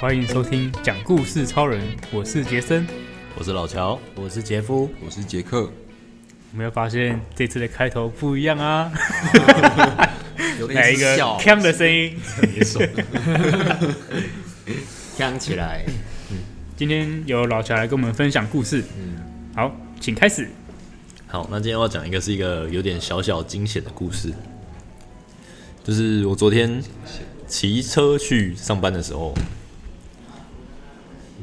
欢迎收听《讲故事超人》，我是杰森。我是老乔，我是杰夫，我是杰克，有没有发现这次的开头不一样啊？有来一个笑 锵的声音。呛起来。今天由老乔来跟我们分享故事。好，请开始。好，那今天要讲一个是一个有点小小惊险的故事，就是我昨天骑车去上班的时候，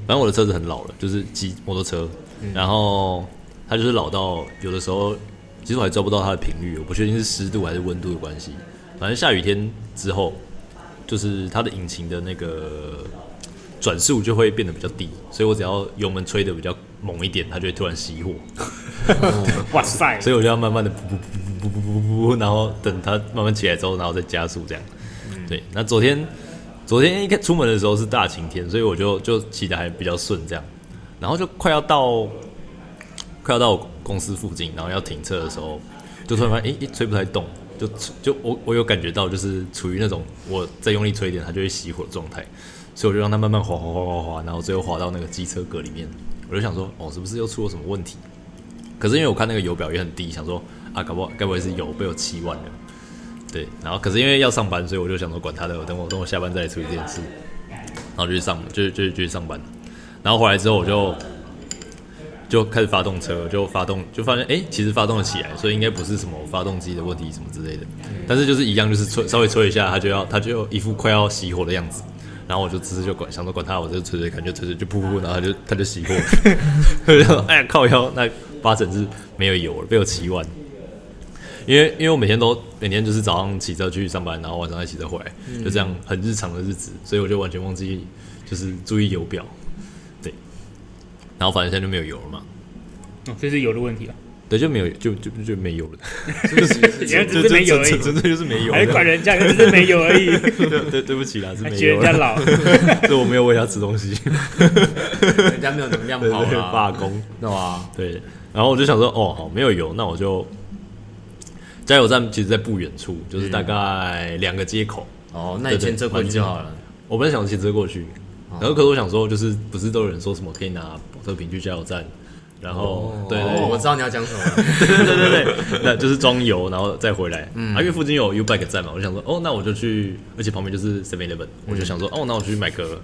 反正我的车子很老了，就是机摩托车，然后它就是老到有的时候，其实我还抓不到它的频率，我不确定是湿度还是温度的关系，反正下雨天之后，就是它的引擎的那个转速就会变得比较低，所以我只要油门吹的比较猛一点，它就会突然熄火。哇塞，所以我就要慢慢的噗噗噗噗噗噗噗噗，然后等它慢慢起来之后，然后再加速这样。对，那昨天昨天一开出门的时候是大晴天，所以我就就骑的还比较顺这样，然后就快要到快要到我公司附近，然后要停车的时候，就突然发现诶，诶吹不太动，就就我我有感觉到就是处于那种我再用力吹一点它就会熄火的状态，所以我就让它慢慢滑滑滑滑滑，然后最后滑到那个机车格里面，我就想说哦，是不是又出了什么问题？可是因为我看那个油表也很低，想说啊，搞不好该不会是油被我七万了。对，然后可是因为要上班，所以我就想说管他的，我等我等我下班再来处理这件事。然后就去上，就就就去上班。然后回来之后，我就就开始发动车，就发动，就发现哎、诶其实发动了起来，所以应该不是什么发动机的问题什么之类的。但是就是一样，就是吹稍微吹一下，它就要它就一副快要熄火的样子。然后我就只是就管想说管它，我就吹吹看，就吹吹就噗噗，然后它就它就熄火。 我就想哎呀靠腰，那八成是没有油了，被我骑完。因为因为我每天都每天就是早上骑车去上班，然后晚上再骑车回来，就这样很日常的日子，所以我就完全忘记就是注意油表，对。然后反正现在就没有油了嘛，哦这是油的问题啊，对，就没有就就就没有了，人家只就是没油而真已，真的就是没油还管了。人家，只是没油而已，对对对不起啦，是还没觉得油人家了，老。所以我没有喂它吃东西，人家没有能量对跑对，了，罢工。对吧？对，然后我就想说，哦，好，没有油，那我就加油站其实在不远处，就是大概两个街口。哦，那你牵车过去就好了。我本来想骑车过去，然后可是我想说，就是不是都有人说什么可以拿保特瓶去加油站，然后、对对哦，我对知道你要讲什么了。对对对对，那就是装油然后再回来。嗯，啊，因为附近有 U Bike 站嘛，我就想说，哦，那我就去，而且旁边就是 Seven Eleven，我就想说，哦，那我去买个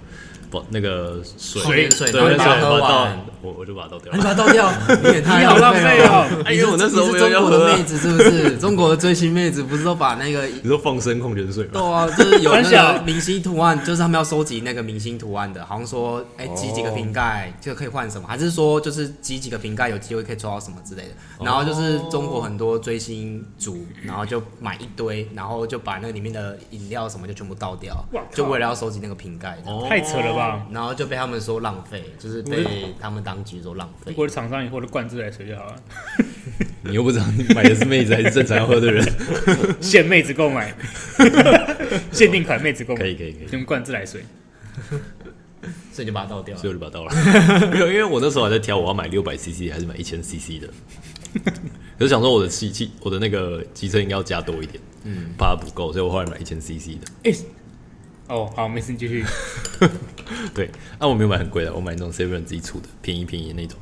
保那个水，水水对，对然后你把它对喝把它完倒，我我就把它倒掉 你。把它倒掉，你也太你好浪费哦！哎因为我那时候你没是有中要国喝 的啊妹，子是不是？中国的追星妹子不是都把那个你说放生矿泉水吗？对啊，就是有那三小个明星图案，就是他们要收集那个明星图案的，好像说，哎、集几个瓶盖就可以换什么，还是说就是集几个瓶盖有机会可以抽到什么之类的。哦然后就是中国很多追星族，然后就买一堆，然后就把那个里面的饮料什么就全部倒掉哇靠，哦就为了要收集那个瓶盖的。太扯了吧！然后就被他们说浪费，就是被他们当局说浪费如。果是厂商以后的灌自来水就好了，你又不知道你买的是妹子还是正常要喝的人。限妹子购买，限定款妹子购买，可以可以可以用灌自来水。所以就把它倒掉了所以。我就把它倒了。没有，因为我那时候还在挑我要买六百 CC 还是买一千 CC 的，可是想说我的气气我的那个机车应该要加多一点，嗯，怕它不够，所以我后来买一千 CC 的。哎，哦，好，没事，你继续。对，啊那、我没有买很贵的，我买那种 Seven 自己出的，便宜便宜的那种。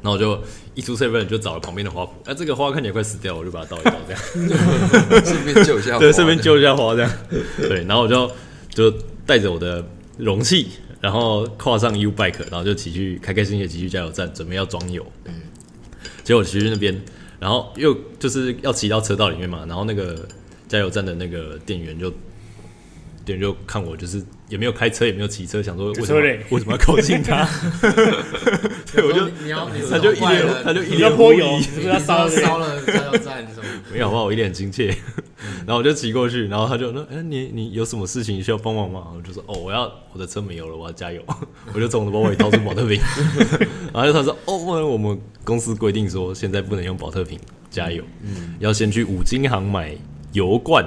然后我就一出 Seven 就找了旁边的花圃，哎、这个花看起来快死掉了，我就把它倒一倒，这样。顺便救一下啊花。对，顺便救一下花这 样。对，然后我就就带着我的容器，然后跨上 U bike，然后就骑去开开心心的骑去加油站，准备要装油。嗯，结果骑去那边，然后又就是要骑到车道里面嘛，然后那个加油站的那个店员就。店员就看我，就是也没有开车，也没有骑车，想说为什有么车嘞为什么要靠近他？ 对，我就你要，你他就一啊坏脸了，他就一你脸要泼无油，语你啊 是不是要烧你烧这个？烧了加油站什么？没有吧？我一脸亲切，嗯然后我就骑过去，然后他就说：“哎、你你有什么事情需要帮忙吗？”我就说：“哦，我要我的车没油了，我要 加油。”我就从我的包里掏出保特瓶， 然后他说：“哦，我们公司规定说现在不能用保特瓶加油，嗯要先去五金行买油罐，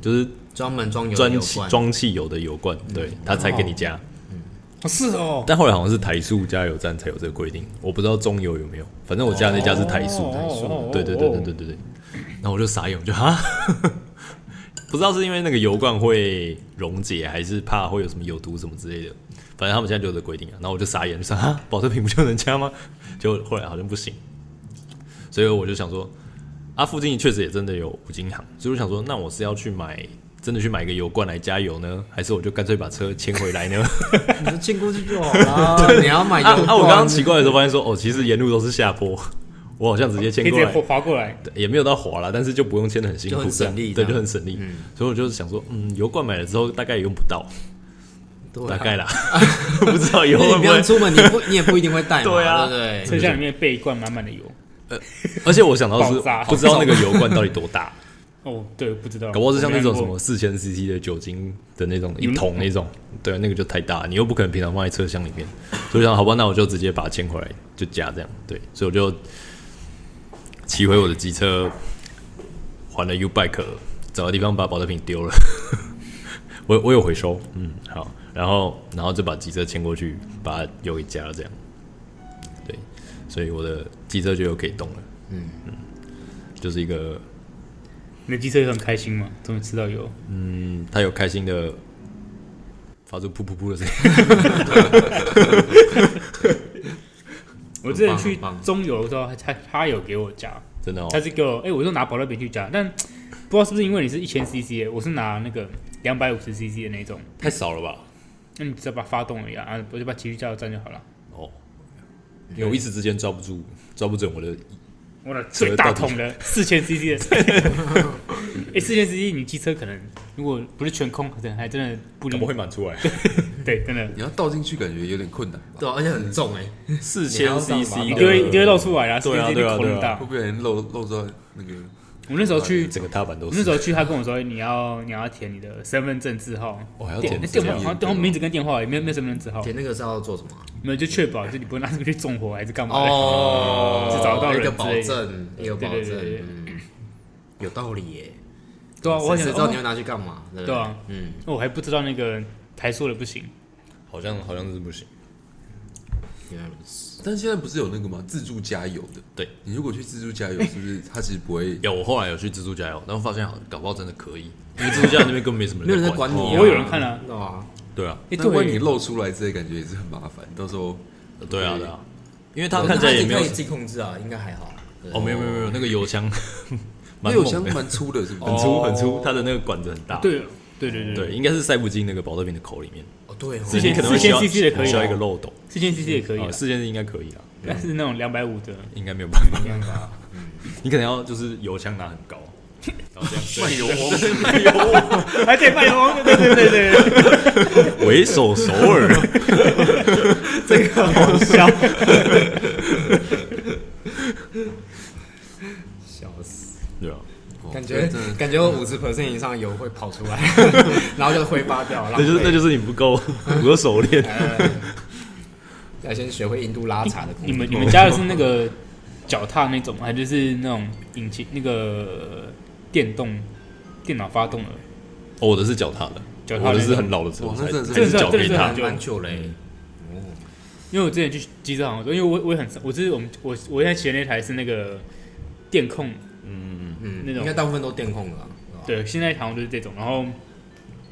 就是专门装油的装嗯油汽罐。嗯装汽油的油罐，对他才给你加。哦是哦，但后来好像是台塑加油站才有这个规定，我不知道中油有没有。反正我家那家是台塑，哦台塑哦，对对对对对对对。然后我就傻眼，我就哈， 不知道是因为那个油罐会溶解，还是怕会有什么有毒什么之类的。反正他们现在就有这个规定啊。然后我就傻眼，就说啊，保特瓶不就能加吗？ 结果后来好像不行，所以我就想说，啊，附近确实也真的有五金行，所以我想说，那我是要去买。真的去买一个油罐来加油呢，还是我就干脆把车牵回来呢？你就进过去就好 了。你要买油啊罐啊！我刚刚奇怪的时候发现说，哦，其实沿路都是下坡， 我好像直接可牵以直过接来划，划过来，也没有到滑了，但是就不用牵的很辛苦，就很省力这样对，这就样很省力。所以我就是想说，嗯，油罐买了之后大概也用不到，对啊大 概啦， 不知道油因为会不你平常会。出门，你不你也不一定会带嘛，对啊对不对？车厢里面备一罐满满的油。而且我想到的是爆炸不知道那个油罐到底多大，哦，对，不知道，搞不好是像那种什我没么四千 CC 的酒精的那种你一们桶那种，对啊，那个就太大，你又不可能平常放在车厢里面，所以我想好吧，那我就直接把它牵回来就加这样，对，所以我就骑回我的机车，还了 U bike，找个地方把保特瓶丢了， 我我有回收，嗯，好，然后然后就把机车牵过去，把它油给加了这样，对，所以我的机车就又可以动了，嗯嗯，就是一个过你的机车有很开心吗？终于吃到油，嗯，他有开心的发出噗噗噗的声音。 我之前去很棒很棒中油的时候，他他有给我加，真的哦他，是给我，哎、我就拿保乐瓶去加，但不知道是不是因为你是一哦千 CC，的我是拿那个两百五十 CC 的那种，太少了吧？那你只要把它发动了呀，啊，我就把它骑去加油站就好了。哦，因为我一时之间抓不住，抓不准我的。我的最大桶的四千 CC 的， 哎、四千 CC 你机车可能如果不是全空，可能还真的不一定怎么会满出来？对，真的，你要倒进去，感觉有点困难吧？对啊，而且很重哎，四你还千要上 CC 马路你就会的，你就会露出来啦，对啊四千 CC 啊对啊口那对啊么大会。不会有人漏漏到那个？我那时候去整个踏板都我是。那时候去，他跟我说你要你要填你的身份证字号，我还要电填电话这好个像电话名字跟电话也没有没有身份证字号，填那个是要做什么啊？没有就确保就你不会拿这个去纵火还是干嘛的。 哦就找到人一个保之证，一个对保对对对证，嗯，有道理耶。对啊，我谁想知道你哦会拿去干嘛？对不对啊，嗯，我还不知道那个台塑的不行，好像好像是不行。原来如此。但现在不是有那个吗？自助加油的。对，你如果去自助加油，是不是它其实不会？有，我后来有去自助加油，然后发现好，搞不好真的可以，因为自助加油那边根本没什么人，哦没有人在管你啊，也会有人看啊对啊，对啊，哎，那万一对你，漏出来这些，感觉也是很麻烦。到时候对啊，对啊，因为他看起来也没有可以自己控制啊，应该还好。哦，没有没有没有，那个油枪那蛮油猛的，箱蛮粗的，是不很哦是？粗很粗，它的那个管子很大，对对对对，，应该是塞不进那个保特瓶的口里面。哦，对哦，之前你可能会需要 4000cc 的可以需要一个哦漏斗，四千 CC 也可以啦啊，，四千应该可以啦，但是那种两百五的，应该没有办法。 你可能要就是油枪拿很高，然后这样卖油翁，卖油翁，还得卖哦，对对对对对，为首首尔，这个好笑，笑死！对啊，哦感觉真的感觉我五十 percent 以上油会跑出 来，然后就挥发掉，浪那就是费那就是你不够不够熟练，呃要先学会印度拉茶的功夫。嗯你们你们家的是那个脚踏那种吗，还是是那种引擎那个电动电脑发动的？哦我的是脚踏的，脚踏我的那是种很老的车哇，那才真的是才是脚这个可以是踏很还的，久蛮久嘞，哦因为我之前去机车行，因为我我也很，我就是我们我我现在骑的那台是那个电控，嗯，那种应该大部分都电控的啊，对吧对，现在好像就是这种。然后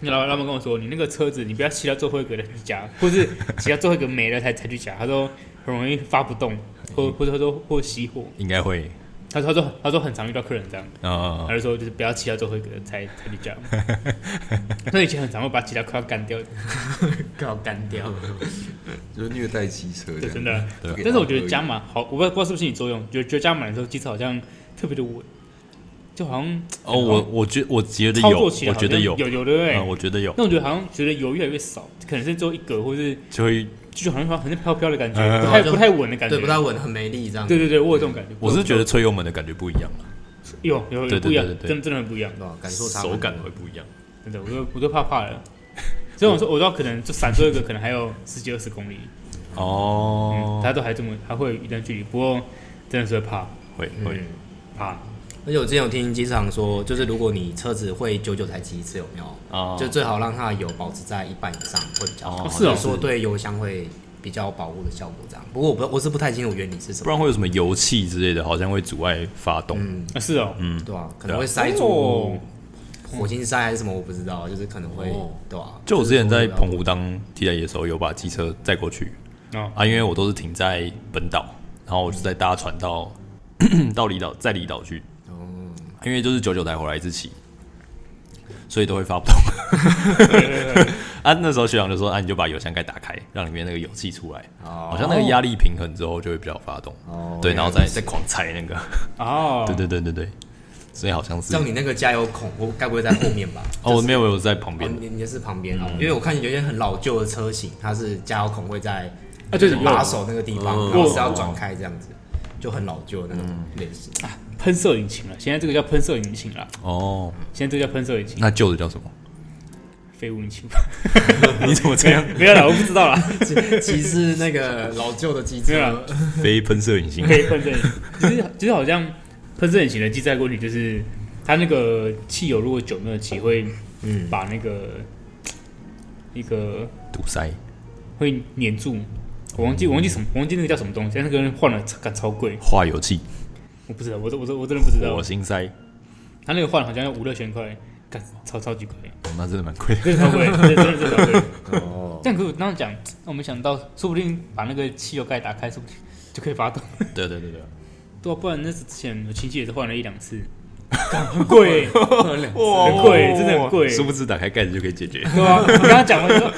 那老老板跟我说，你那个车子你不要骑到最后一格再去夹， 或是骑到最后一格没了才才去夹，他说很容易发不动，或或者说或熄火。应该会他说他说他说很常遇到客人这样，啊他，就说就是不要骑到最后一格才才去 夹。那以前很常会把其他快要干掉，要干掉。就是虐待机车对，这样，真 的。对给它但是我觉得喝一加满好，我不知道不知道是不是你作用，觉得觉得加满的时候，机车好像特别的稳，就好像哦，我我觉我觉得操有，作起来我好觉得像有，有有对不对？嗯，我觉得有，那我觉得好像觉得油越来越少，可能是只有一格，或是就会就好像好像飘飘的感觉，嗯不太就不太稳的感觉，对，不太稳，很没力这样。对对对，我有这种感觉。我是觉得吹油门的感觉不一样了，有有有对对不一样对对，对真真的很不一样，对吧？感受差蛮手感多会不一样。真的，我就我就怕怕了。所以我说，我知道可能就闪最后一个，可能还有十几二十公里，嗯哦，他都还这么，还会有一段距离。不过真的是会怕会的。会嗯，怕，而且我之前有听机场说，就是如果你车子会久久才骑一次，有没有？哦就最好让它的油保持在一半以上会比较好。哦是哦就是说对油箱会比较有保护的效果这样。不过我不我是不太清楚原理是什不么。然会有什么油气之类的，好像会阻碍发动。嗯，啊，是哦，嗯对啊，可能会塞哦住火星塞还是什么，我不知道，就是可能会哦对啊。就我之前在就是说澎湖当替代役的时候，有把机车载过去哦，啊，因为我都是停在本岛，然后我就再搭船到 到离岛，再离岛去，哦，因为就是九九台回来一次骑，所以都会发不动。 啊，那时候学长就说，啊，你就把油箱盖打开，让里面那个油气出来，好好像那个压力平衡之后就会比较发动。哦对，然后再再狂踩那个， 哦，对对对对对，所以好像是像你那个加油孔，我该不会在后面 吧？哦，我没有，我有在旁哦边，你你是旁边哦，嗯因为我看有些很老旧的车型，它是加油孔会在啊对有把手那个地方，嗯然后是要转开这样子，就很老旧的那种嗯类型。喷射引擎了，现在这个叫喷射引擎了，哦，现在这个叫喷射引擎，那旧的叫什么？废物引擎，你怎么这样？ 没有啦，我不知道啦，其其实那个老旧的机没有车啦，非喷射引擎可以喷射引擎，其实其实好像喷射引擎的记载过去，就是它那个汽油如果久没有骑，会嗯，把那个一个堵塞，会粘住。我忘记我忘记什么，我忘记那个叫什么东西，但那个人换了，干超贵，化油器，我不知道，我真我真我真的不知道火，星塞，哦他那个换了好像要五六千块，干超超级贵，哦那真的蛮贵的。真的超贵，真的真的真的超贵。 哦，但可我刚刚讲，我没想到，说不定把那个汽油盖打开，说不定就可以发动。对对对对，对啊，不然那之前我亲戚也是换了一两次，干很贵， 很贵真的很贵殊不知打开盖子就可以解决。对啊，我跟他讲完 之后，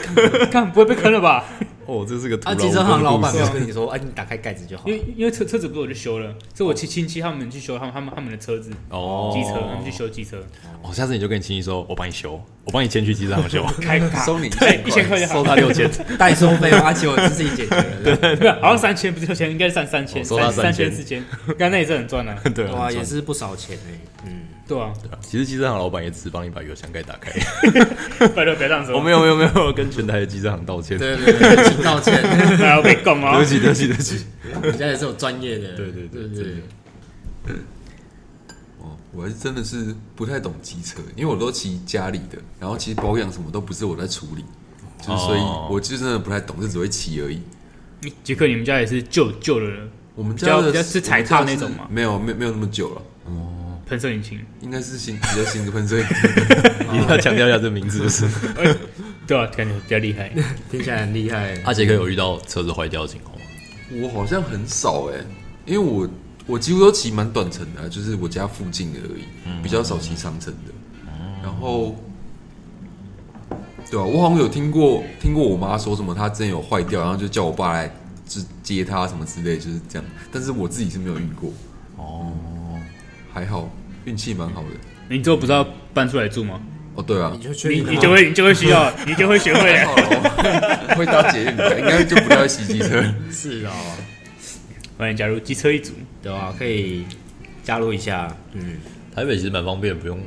干干不会被坑了吧？哦，这是个徒啊，劳机车行老无功的板故没事有跟你说，哎，你打开盖子就好因。为因为车车子不是我就修了，所以我亲亲戚他们去修他们他们他们的车子，哦，机车他们去修机车，哦，下次你就跟你亲戚说，我帮你修，我帮你先去机车行 修，开卡收你对一千块就好，收他六千。代收费哦啊花钱我是自己解决 的，对 没有好像三千不是六千，应该是三三千，哦收他三3000四千，刚那也是很赚啊，对哇，啊，也也是。是不少钱哎。嗯，对啊，其实机车行老板也只是帮你把油箱盖打开。拜托别这样哦说，我没有没有没有跟全台的机车行道歉，对对对对， 请道歉，还要被拱哦不。起对不起对不起。人家也是有专业的。对对对对真的哦，我还是真的是不太懂机车，因为我都骑家里的，然后其实保养什么都不是我在处理，就是所以哦我就真的不太懂，就只会骑而已。杰克，你们家也是旧旧的人我们比家较的比较是踩踏那种我们家吗是没有，没有没有那么久了，喷射引擎，应该是新比较新的喷射引擎。一定要强调一下这名字，就是对啊，感觉比较厉害。听起来很厉害。阿杰克有遇到车子坏掉的情况吗？ 我好像很少哎、因为我我几乎都骑蛮短程的啊、就是我家附近的而已，嗯比较少骑长程的。然后，对啊，我好像有听过听过我妈说什么，她真的有坏掉，然后就叫我爸来就接她什么之类，就是这样。但是我自己是没有遇过，哦，还好运气蛮好的。你之后不是要搬出来住吗？哦，对啊你，就确你定你就会你就会需要，你就会学会还了。 好 咯会搭捷运吧，应该就不太会骑机车。是哦，欢迎加入机车一族，对啊，可以加入一下。嗯，台北其实蛮方便，不用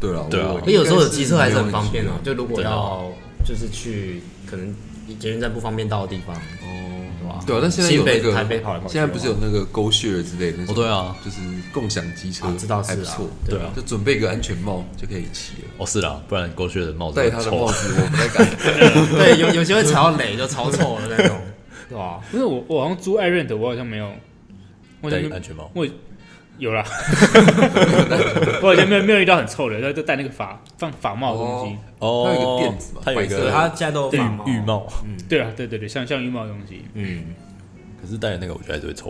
对了，对啊我而哎有时候有机车还是很方便哦、哦。就如果对啊要就是去可能捷运站不方便到的地方，对吧？对啊，但现在有新北那个台北跑来跑去啊现在不是有那个 Go Share 之类的那哦种？对啊就是共享机车，啊知道是啊还不错。对啊就准备个安全帽就可以骑了。哦，是啦，不然过去的哦帽子戴会他的臭帽 子，我不太敢。 对，有有些会踩到雷就超臭的那种，对 吧？不是我，我好像租艾润的，我好像没有，我好像戴没安全帽。我有 啦，我好像没有没有遇到很臭的，然后就戴那个法放法帽的东西。哦它有一个垫子嘛它有一白色对，的个他现在都有浴法帽浴，帽，对啊，对对对，像像浴帽的东西。嗯，可是戴的那个我觉得还是会臭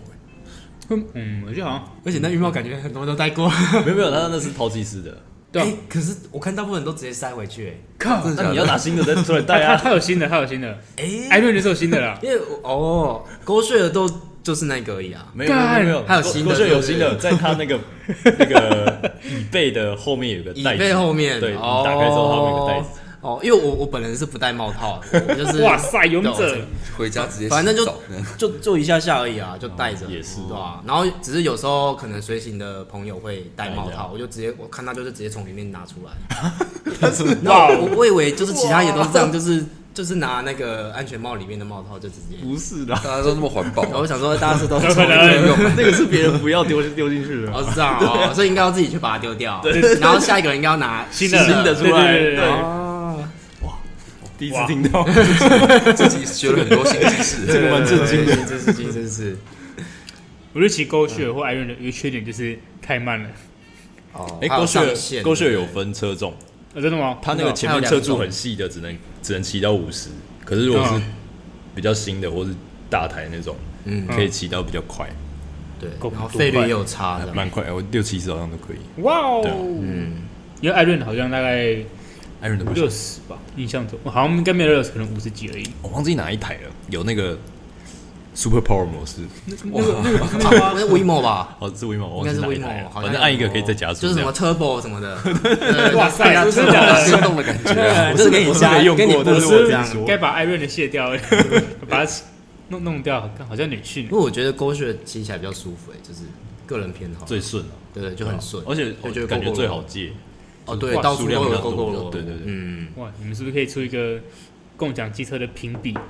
欸。嗯，我觉得好像而且那浴帽感觉很多人都戴过。没有没有，他那是抛弃式的，对啊哎，可是我看大部分人都直接塞回去，靠，真那的假的啊你要拿新的再出来他戴他 啊。他有新的，他有新的，哎，艾哎，润的是有新的啦。因为我哦，勾血的都就是那个而已啊。没有没有没有没有，还有新的过去有对不对新的，在他那个那个椅背的后面有个椅袋子，背后面，对，你哦打开之后它后面有个袋子。。哦，因为我我本人是不戴帽套的， 我就是哇塞，勇者！回家直接洗 澡啊反正就就就一下下而已啊，就戴着、也是对吧、然后只是有时候可能随行的朋友会戴戴帽一下套，我就直接我看到就是直接从里面拿出来。但是那我我以为就是其他也都是这样，就是就是拿那个安全帽里面的帽套就直接。不是啦，大家都那么环保啊然后我想说，大家 是都是 那个是别人不要丢丢进去的。哦，是这样哦，所以应该要自己去把它丢掉。然后下一个人应该要拿新 新的出来对对对对对啊，第一次哇听到，自己学了很多 新知 识。这个蛮震惊的对，这是真是是我觉得骑 GoShare 或 Iron 的一个缺点就是太慢了。哦。哎，还有狗上血限狗血有分车重，啊，真的吗？它那个前面车柱很细的，只能只能骑到五十。可是如啊果是嗯比较新的或是大台那种，嗯可以骑到比较快，对，够然后多费率快也有差的，啊蛮快，我六七十好像都可以。哇哦对啊！嗯，因为 Iron 好像大概艾伦的不行六，十吧，印象中哦好像应该没有六十，可能五十几而已。我忘记哪一台了，有那个 Super Power 模式，哇，差不多是 WeMo 吧，哦，是 WeMo，我忘应该记是哪一台 WeMo，了，好像反正按一个有可以再加速，就是什么 Turbo 什么的。对哇塞那真的假 Turbo 的心动的感觉啊。我是给你我加，是没用过跟你但不是我这这样样。说该把 Iron 的卸掉， 把它弄弄掉，好像女训因为。我觉得狗血骑起来比较舒服，哎，就是个人偏好，最顺了，对对，就很顺，而且我我觉觉得得感觉 Gogoro 最好借，哦，对，哇到处数都量比有较 g o 多 g 对对对嗯，哇，你们是不是可以出一个共享机车的评比？哦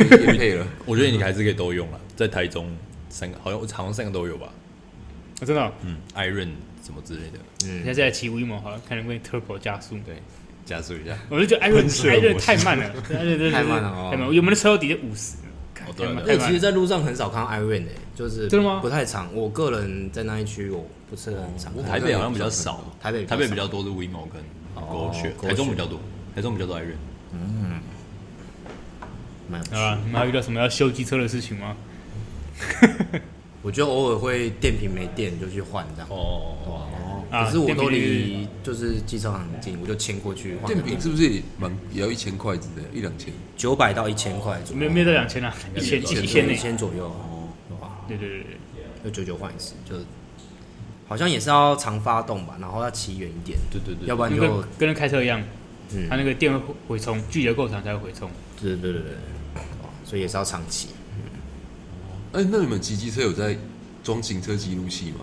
也配了，我觉得你还是可以都用了，在台中三个好像好像三个都有吧，我真的哦，嗯，Iron 什么之类的，你下次来骑 WeMo 好了，看能不能 Turbo 加速。对，加速一下。我就觉得 Iron 喷射模式 Iron 太慢 了，Iron 太慢了哦啊太慢。我们的车友底就五十，看哦太对慢对太哎那其实，慢。在路上很少看到 Iron 诶、就是真的吗不太常。我个人在那一区，我不是很哦常看。台北好像比较少，台北比较少台北比较多是 WeMo 跟哦 g o s h 狗血台中比较多，台中比较多 Iron。蛮有趣好啊了，你们还有遇到什么要修机车的事情吗？我觉得偶尔会电瓶没电就去换这样。哦，啊可是我电都瓶离就是机车行很近，我就牵过去换个电电瓶瓶，是不是也蛮也要一千块之类，一两千？九百到一千块左右，没有没有到两千啊，一千一一千千哦一内。千左右，对对对对，就九九换一次，就好像也是要常发动吧，然后要骑远一点，对对对，要不然就就跟跟人开车一样，嗯它那个电会回充，距离够长才会回充。对对对对对，哦所以也是要常骑。哎，那你们骑机车有在装行车记录器吗？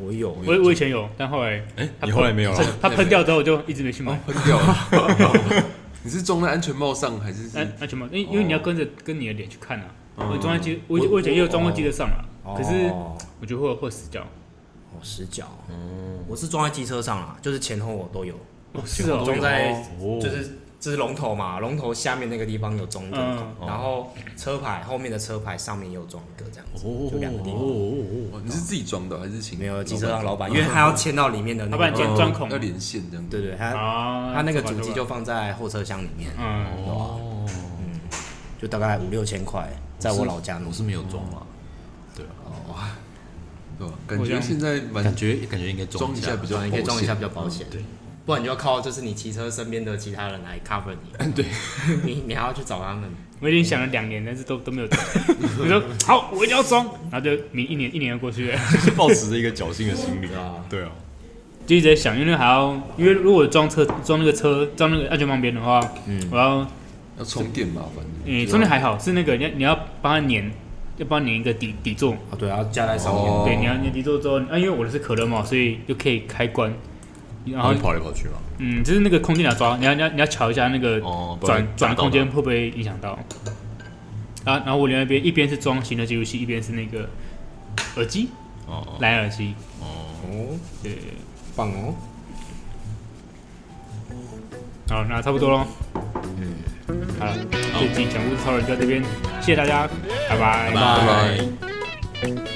我有，我我以前有，但后来哎，它你喷后来没有了？它喷掉之后，我就一直没去买。喷 掉了。你是装在安全帽上还是是？哎那那全部，因为因为你要跟着跟你的脸去看啊。我装在机，我我我以前也有装过机车上啊，哦可是我觉得会会死掉。哦，死角。我是装在机车上啦，就是前后我都有，哦，是哦，装在哦就是就是龙头嘛，龙头下面那个地方有装一个嗯然后车牌后面的车牌上面也有装一个这样子，就两个地方。哦，哦你是自己装的还是请没有机车上老板，因为他要签到里面的那老板个，你今天钻孔哦要连线这样？对对，他啊，他那个走吧主机走就吧放在后车厢里面，嗯，哦，就大概五六千块，在我老家那我是没有装啦，对啊，对吧？感我这觉样现在感蛮觉感觉应该装一下比较你可以装一下比较保险，险。嗯对，不然你就要靠就是你骑车身边的其他人来 cover 你，嗯对， 你你还要去找他们，我已经想了两年，但是都都没有装。我说好，我一定要装，然后就明一年一年就过去了，是保持着一个侥幸的心理啊对啊，就一直在想，因为还要，因为如果装车装那个车装那个安全旁边的话，我要要充电麻烦。你中间还好，是那个你要你要帮他粘，要帮他粘一个底底座，哦，对，要加在上面，哦对，你要粘底座之后，啊，因为我的是可乐帽，所以就可以开关，然后跑来跑去嘛，嗯，就是那个空间你要抓，你要你要你要瞧一下那个哦不然转会转打到空间会不会影响到。啊，然后我另外一边一边是装行车记录器，一边是那个耳机，哦蓝牙耳机，哦，对对对。棒哦。好，那差不多喽。嗯，好了，这集讲故事超人就到这边，谢谢大家，拜拜拜拜。拜。